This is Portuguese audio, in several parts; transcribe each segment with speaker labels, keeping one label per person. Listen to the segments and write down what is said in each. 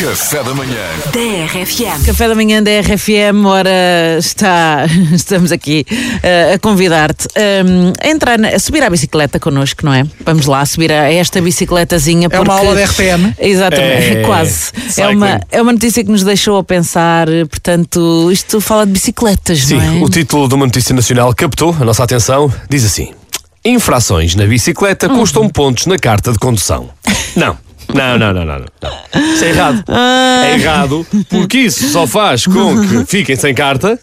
Speaker 1: Café da manhã.
Speaker 2: DRFM.
Speaker 3: Café da manhã da RFM, ora está, estamos aqui eh, a convidar-te hum, a entrar, na- a subir à bicicleta connosco, não é? Vamos lá subir a esta bicicletazinha.
Speaker 4: É uma aula de RTM.
Speaker 3: Exatamente,
Speaker 5: É,
Speaker 3: quase. É
Speaker 5: cycling.
Speaker 3: uma, é uma notícia que nos deixou a pensar, eh, portanto, isto fala de bicicletas,
Speaker 5: Sim,
Speaker 3: não é?
Speaker 5: o título de uma notícia nacional captou a nossa atenção. Diz assim: Infrações na bicicleta custam pontos na carta de condução. Não. Não, não, não, não, não. não. Isso é errado.
Speaker 3: Ah.
Speaker 5: É errado porque isso só faz com que fiquem sem carta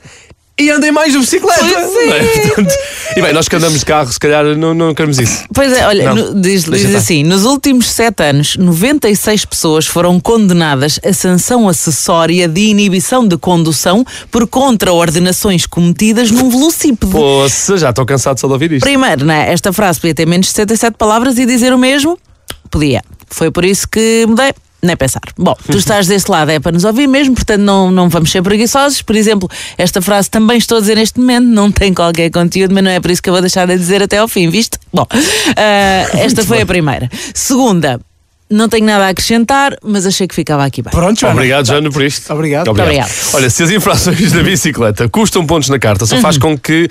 Speaker 5: e andem mais de bicicleta.
Speaker 3: Pois
Speaker 5: não
Speaker 3: é.
Speaker 5: Portanto, e bem, nós que andamos de carro, se calhar não, não queremos isso.
Speaker 3: Pois é, olha,
Speaker 5: Não,
Speaker 3: no- diz,
Speaker 5: deixa
Speaker 3: diz
Speaker 5: estar.
Speaker 3: assim: nos últimos sete anos, 96 pessoas foram condenadas a sanção acessória de inibição de condução por contraordenações cometidas num velocípede.
Speaker 5: Poxa, já estou cansado só de ouvir isto.
Speaker 3: Primeiro, né, esta frase podia ter menos de 77 palavras e dizer o mesmo? Podia. Foi por isso que mudei. Nem pensar. Bom, tu estás desse lado, é para nos ouvir mesmo, portanto não, não vamos ser preguiçosos. Por exemplo, esta frase também estou a dizer neste momento, não tem qualquer conteúdo, mas não é por isso que eu vou deixar de dizer até ao fim, viste? Bom, ah, esta foi a primeira. Segunda, não tenho nada a acrescentar, mas achei que ficava aqui bem.
Speaker 4: Pronto, Joana. Tá.
Speaker 5: Obrigado, Jano, por isto.
Speaker 4: Obrigado.
Speaker 3: Obrigado.
Speaker 5: Olha, se as infrações da bicicleta custam pontos na carta, só
Speaker 4: Uhum.
Speaker 5: faz com que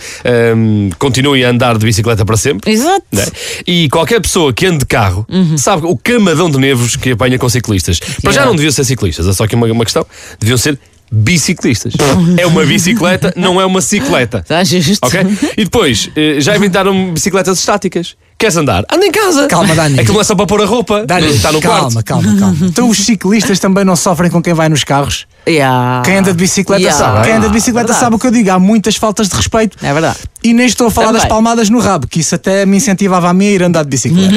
Speaker 5: hum, continue a andar de bicicleta para sempre.
Speaker 3: Exato.
Speaker 5: né? E qualquer pessoa que ande de carro
Speaker 4: Uhum.
Speaker 5: sabe o camadão de nervos que apanha com ciclistas. Para já não deviam ser ciclistas, é só aqui uma, uma questão. Deviam ser biciclistas. é uma bicicleta, não é uma cicleta.
Speaker 3: Está Tá justo.
Speaker 5: Ok? E depois, eh, já inventaram bicicletas estáticas. Queres andar? Anda em casa.
Speaker 4: Calma, Dani.
Speaker 5: Aquilo não é só para pôr a roupa.
Speaker 4: Dani,
Speaker 5: Está no
Speaker 4: calma,
Speaker 5: quarto.
Speaker 4: calma, calma. Então os ciclistas também não sofrem com quem vai nos carros.
Speaker 3: Yeah.
Speaker 4: Quem anda de bicicleta
Speaker 3: Yeah.
Speaker 4: sabe. é? Quem anda de bicicleta
Speaker 3: Verdade.
Speaker 4: sabe o que eu digo. Há muitas faltas de respeito.
Speaker 3: É verdade.
Speaker 4: E nem estou a falar
Speaker 3: Também.
Speaker 4: das palmadas no rabo, que isso até me incentivava a mim a ir andar de bicicleta.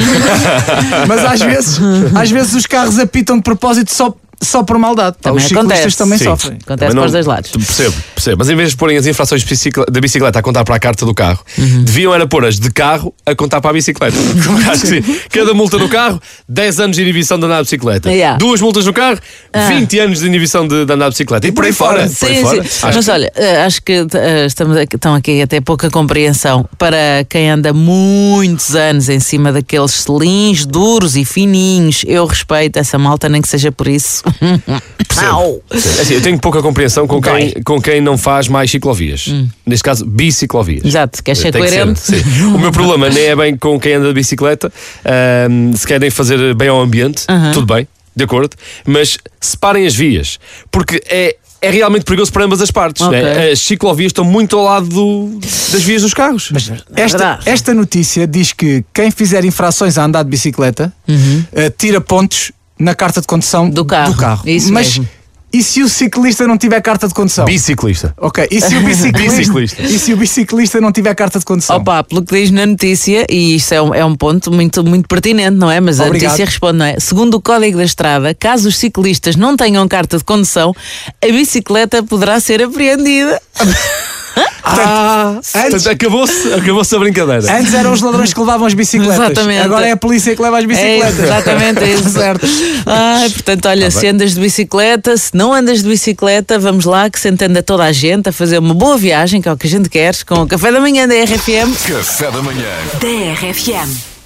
Speaker 4: Mas às vezes, às vezes os carros apitam de propósito só, só por maldade. Pá,
Speaker 3: Também
Speaker 4: os ciclistas
Speaker 3: acontece.
Speaker 4: também
Speaker 3: Sim.
Speaker 4: sofrem.
Speaker 3: Acontece
Speaker 5: Também não-
Speaker 3: para os dois lados.
Speaker 5: Percebo, percebo. Mas em vez de porem as infrações de bicicle- da bicicleta a contar para a carta do carro,
Speaker 3: Uhum.
Speaker 5: deviam era pôr as de carro a contar para a bicicleta. Acho que sim. Cada multa no carro, 10 anos de inibição de andar de bicicleta.
Speaker 3: Yeah. Ah.
Speaker 5: Duas multas no carro, 20 anos de inibição de, de andar de bicicleta. E por aí fora. por aí
Speaker 3: Sim,
Speaker 5: fora.
Speaker 3: sim.
Speaker 5: Acho
Speaker 3: Mas
Speaker 5: que-
Speaker 3: olha, eh, acho que eh, estamos aqui, estão aqui até pouca compreensão para quem anda muitos anos em cima daqueles selins duros e fininhos. Eu respeito essa malta, nem que seja por isso. Au!
Speaker 5: É assim, eu tenho pouca compreensão com quem, com quem não faz mais ciclovias.
Speaker 3: Hum.
Speaker 5: Neste caso, biciclovias.
Speaker 3: Exato, quer ser
Speaker 5: Tem que
Speaker 3: coerente?
Speaker 5: ser, sim. O meu problema nem é bem com quem anda de bicicleta. ahm, se querem fazer bem ao ambiente, tudo bem, de acordo. Mas separem as vias, porque é. É realmente perigoso para ambas as partes.
Speaker 3: Ok.
Speaker 5: né? As ciclovias estão muito ao lado do- das vias dos carros.
Speaker 4: Mas esta,
Speaker 3: É verdade.
Speaker 4: esta notícia diz que quem fizer infrações a andar de bicicleta eh, tira pontos na carta de condução
Speaker 3: Uhum. Do carro. Isso
Speaker 4: Mas
Speaker 3: mesmo.
Speaker 4: e se o ciclista não tiver carta de condução?
Speaker 5: Biciclista.
Speaker 4: ok, e se o biciclista,
Speaker 5: Biciclista.
Speaker 4: E se o biciclista não tiver carta de condução?
Speaker 3: Opa, pelo que diz na notícia, e isto é um, é um ponto muito, muito pertinente, não é? Mas a
Speaker 4: Obrigado.
Speaker 3: notícia responde, não é? Segundo o Código da Estrada, caso os ciclistas não tenham carta de condução, a bicicleta poderá ser apreendida.
Speaker 5: Ah,
Speaker 4: antes-
Speaker 5: portanto, acabou-se acabou a brincadeira.
Speaker 4: Antes eram os ladrões que levavam as bicicletas.
Speaker 3: Exatamente.
Speaker 4: Agora é a polícia que leva as bicicletas.
Speaker 3: É, exatamente isso.
Speaker 4: Certo.
Speaker 3: Ai, portanto, olha, se andas de bicicleta, se não andas de bicicleta, vamos lá que se entenda toda a gente a fazer uma boa viagem, que é o que a gente quer, com o café da manhã da RFM.
Speaker 1: Café da manhã.
Speaker 2: DRFM.